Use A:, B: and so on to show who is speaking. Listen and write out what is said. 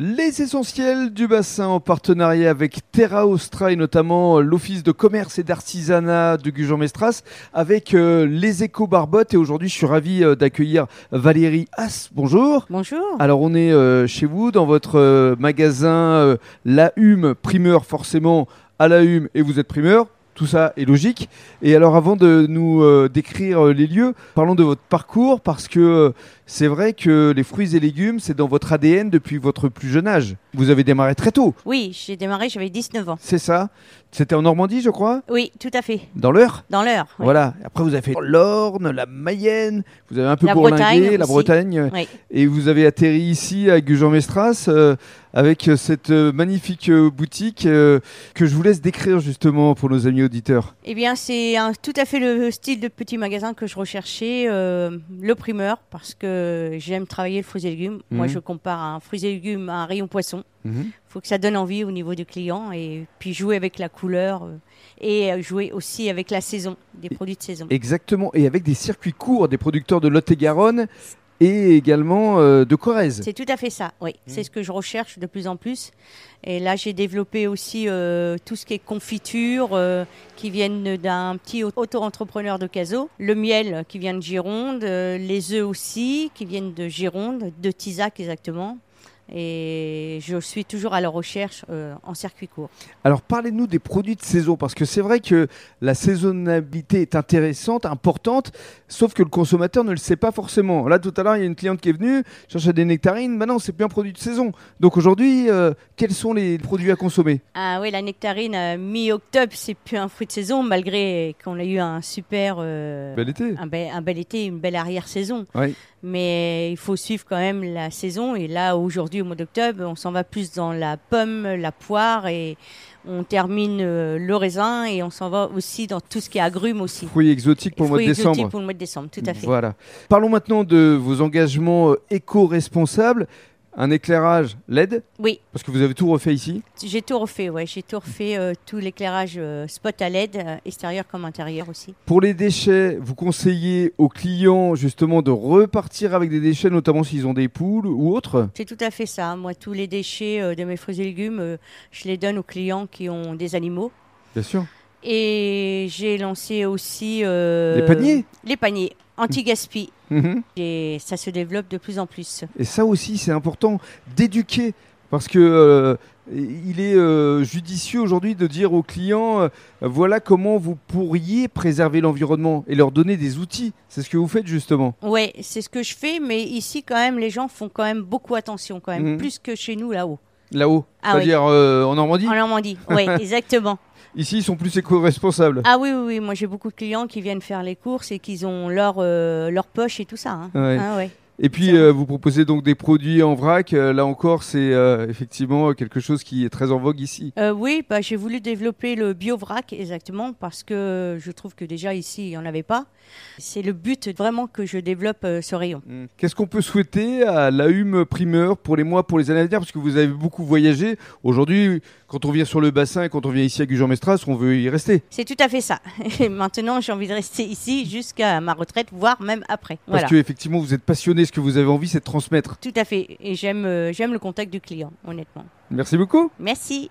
A: Les essentiels du bassin en partenariat avec Terra Ostra et notamment euh, l'Office de commerce et d'artisanat de Gujan-Mestras avec euh, les éco barbottes et aujourd'hui je suis ravi euh, d'accueillir Valérie As. Bonjour.
B: Bonjour.
A: Alors on est euh, chez vous dans votre euh, magasin euh, La Hume, primeur forcément à La Hume et vous êtes primeur. Tout ça est logique. Et alors avant de nous euh, décrire euh, les lieux, parlons de votre parcours parce que euh, c'est vrai que les fruits et légumes, c'est dans votre ADN depuis votre plus jeune âge. Vous avez démarré très tôt,
B: Oui, j'ai démarré, j'avais 19 ans.
A: c'est ça C'était en Normandie, je crois
B: Oui, tout à fait.
A: Dans l'heure
B: Dans l'heure. oui.
A: Voilà. Après, vous avez fait l'Orne, la Mayenne, vous avez un peu
B: La
A: bourlingué,
B: Bretagne
A: la
B: aussi.
A: Bretagne.
B: Oui.
A: Et vous avez atterri ici à Gujan-Mestras euh, avec euh, cette euh, magnifique euh, boutique euh, que je vous laisse décrire justement pour nos amis auditeurs.
B: Eh bien, c'est un- tout à fait le style de petit magasin que je recherchais, euh, le primeur, parce que j'aime travailler le fruits et légumes. Moi,
A: Mhm.
B: je compare un fruits et légumes à un rayon poisson. faut que ça donne envie au niveau du client et puis jouer avec la couleur euh, et euh, jouer aussi avec la saison, des
A: Et-
B: produits de saison.
A: Exactement. Et avec des circuits courts des producteurs de Lot-et-Garonne et également euh, de Corrèze.
B: C'est tout à fait ça, oui.
A: Mhm.
B: C'est ce que je recherche de plus en plus. Et là, j'ai développé aussi euh, tout ce qui est confiture, euh, qui viennent d'un petit au- auto-entrepreneur de Cazaux, le miel euh, qui vient de Gironde, euh, les œufs aussi qui viennent de Gironde, de Tisac exactement. Et je suis toujours à la recherche euh, en circuit court.
A: Alors parlez-nous des produits de saison, parce que c'est vrai que la saisonnalité est intéressante, importante, sauf que le consommateur ne le sait pas forcément. Là tout à l'heure, il y a une cliente qui est venue, chercher des nectarines, bah non, c'est plus un produit de saison. Donc aujourd'hui, euh, quels sont les produits à consommer
B: Ah oui, la nectarine euh, mi-octobre, c'est plus un fruit de saison, malgré qu'on a eu un super euh,
A: Bel été.
B: un, bel, un bel été, une belle arrière-saison.
A: Oui.
B: Mais il faut suivre quand même la saison. Et là, aujourd'hui, au mois d'octobre, on s'en va plus dans la pomme, la poire et on termine euh, le raisin et on s'en va aussi dans tout ce qui est agrumes aussi.
A: Fruits exotiques pour le mois de
B: Fruits exotiques
A: décembre.
B: Pour le mois de décembre, tout à fait.
A: Voilà. Parlons maintenant de vos engagements euh, éco-responsables. Un éclairage LED,
B: Oui,
A: parce que vous avez tout refait ici.
B: j'ai tout refait. Ouais, j'ai tout refait, euh, tout l'éclairage euh, spot à LED, euh, extérieur comme intérieur aussi.
A: Pour les déchets, vous conseillez aux clients justement de repartir avec des déchets, notamment s'ils ont des poules ou autres.
B: C'est tout à fait ça. Moi, tous les déchets euh, de mes fruits et légumes, euh, je les donne aux clients qui ont des animaux.
A: Bien sûr.
B: Et j'ai lancé aussi. euh,
A: Les paniers
B: Les paniers, anti-gaspi. Et ça se développe de plus en plus.
A: Mhm. Et ça aussi, c'est important d'éduquer parce que euh, il est euh, judicieux aujourd'hui de dire aux clients euh, voilà comment vous pourriez préserver l'environnement et leur donner des outils. C'est ce que vous faites justement.
B: Ouais, c'est ce que je fais, mais ici, quand même, les gens font quand même beaucoup attention, quand même,
A: Mhm.
B: plus que chez nous là-haut,
A: Là-haut,
B: Ah oui.
A: c'est-à-dire euh, en Normandie.
B: en Normandie. Oui, exactement.
A: Ici, ils sont plus éco-responsables.
B: Ah oui, oui, oui. Moi, j'ai beaucoup de clients qui viennent faire les courses et qu'ils ont leur, euh, leur poche et tout ça. hein.
A: Ouais.
B: Ah ouais.
A: Et puis
B: C'est vrai.
A: euh, vous proposez donc des produits en vrac. Euh, là encore, c'est euh, effectivement quelque chose qui est très en vogue ici.
B: Euh, oui, bah, j'ai voulu développer le biovrac exactement parce que je trouve que déjà ici, il n'y en avait pas. C'est le but vraiment que je développe euh, ce rayon.
A: Qu'est-ce qu'on peut souhaiter à la Hume Primeur pour les mois, pour les années à venir Parce que vous avez beaucoup voyagé. Aujourd'hui, quand on vient sur le bassin et quand on vient ici à Gujan-Mestras, on veut y rester.
B: C'est tout à fait ça. Et maintenant, j'ai envie de rester ici jusqu'à ma retraite, voire même après.
A: Parce
B: Voilà.
A: que effectivement, vous êtes passionné. Ce que vous avez envie, c'est de transmettre.
B: Tout à fait. Et j'aime euh, j'aime le contact du client, honnêtement.
A: Merci beaucoup.
B: Merci.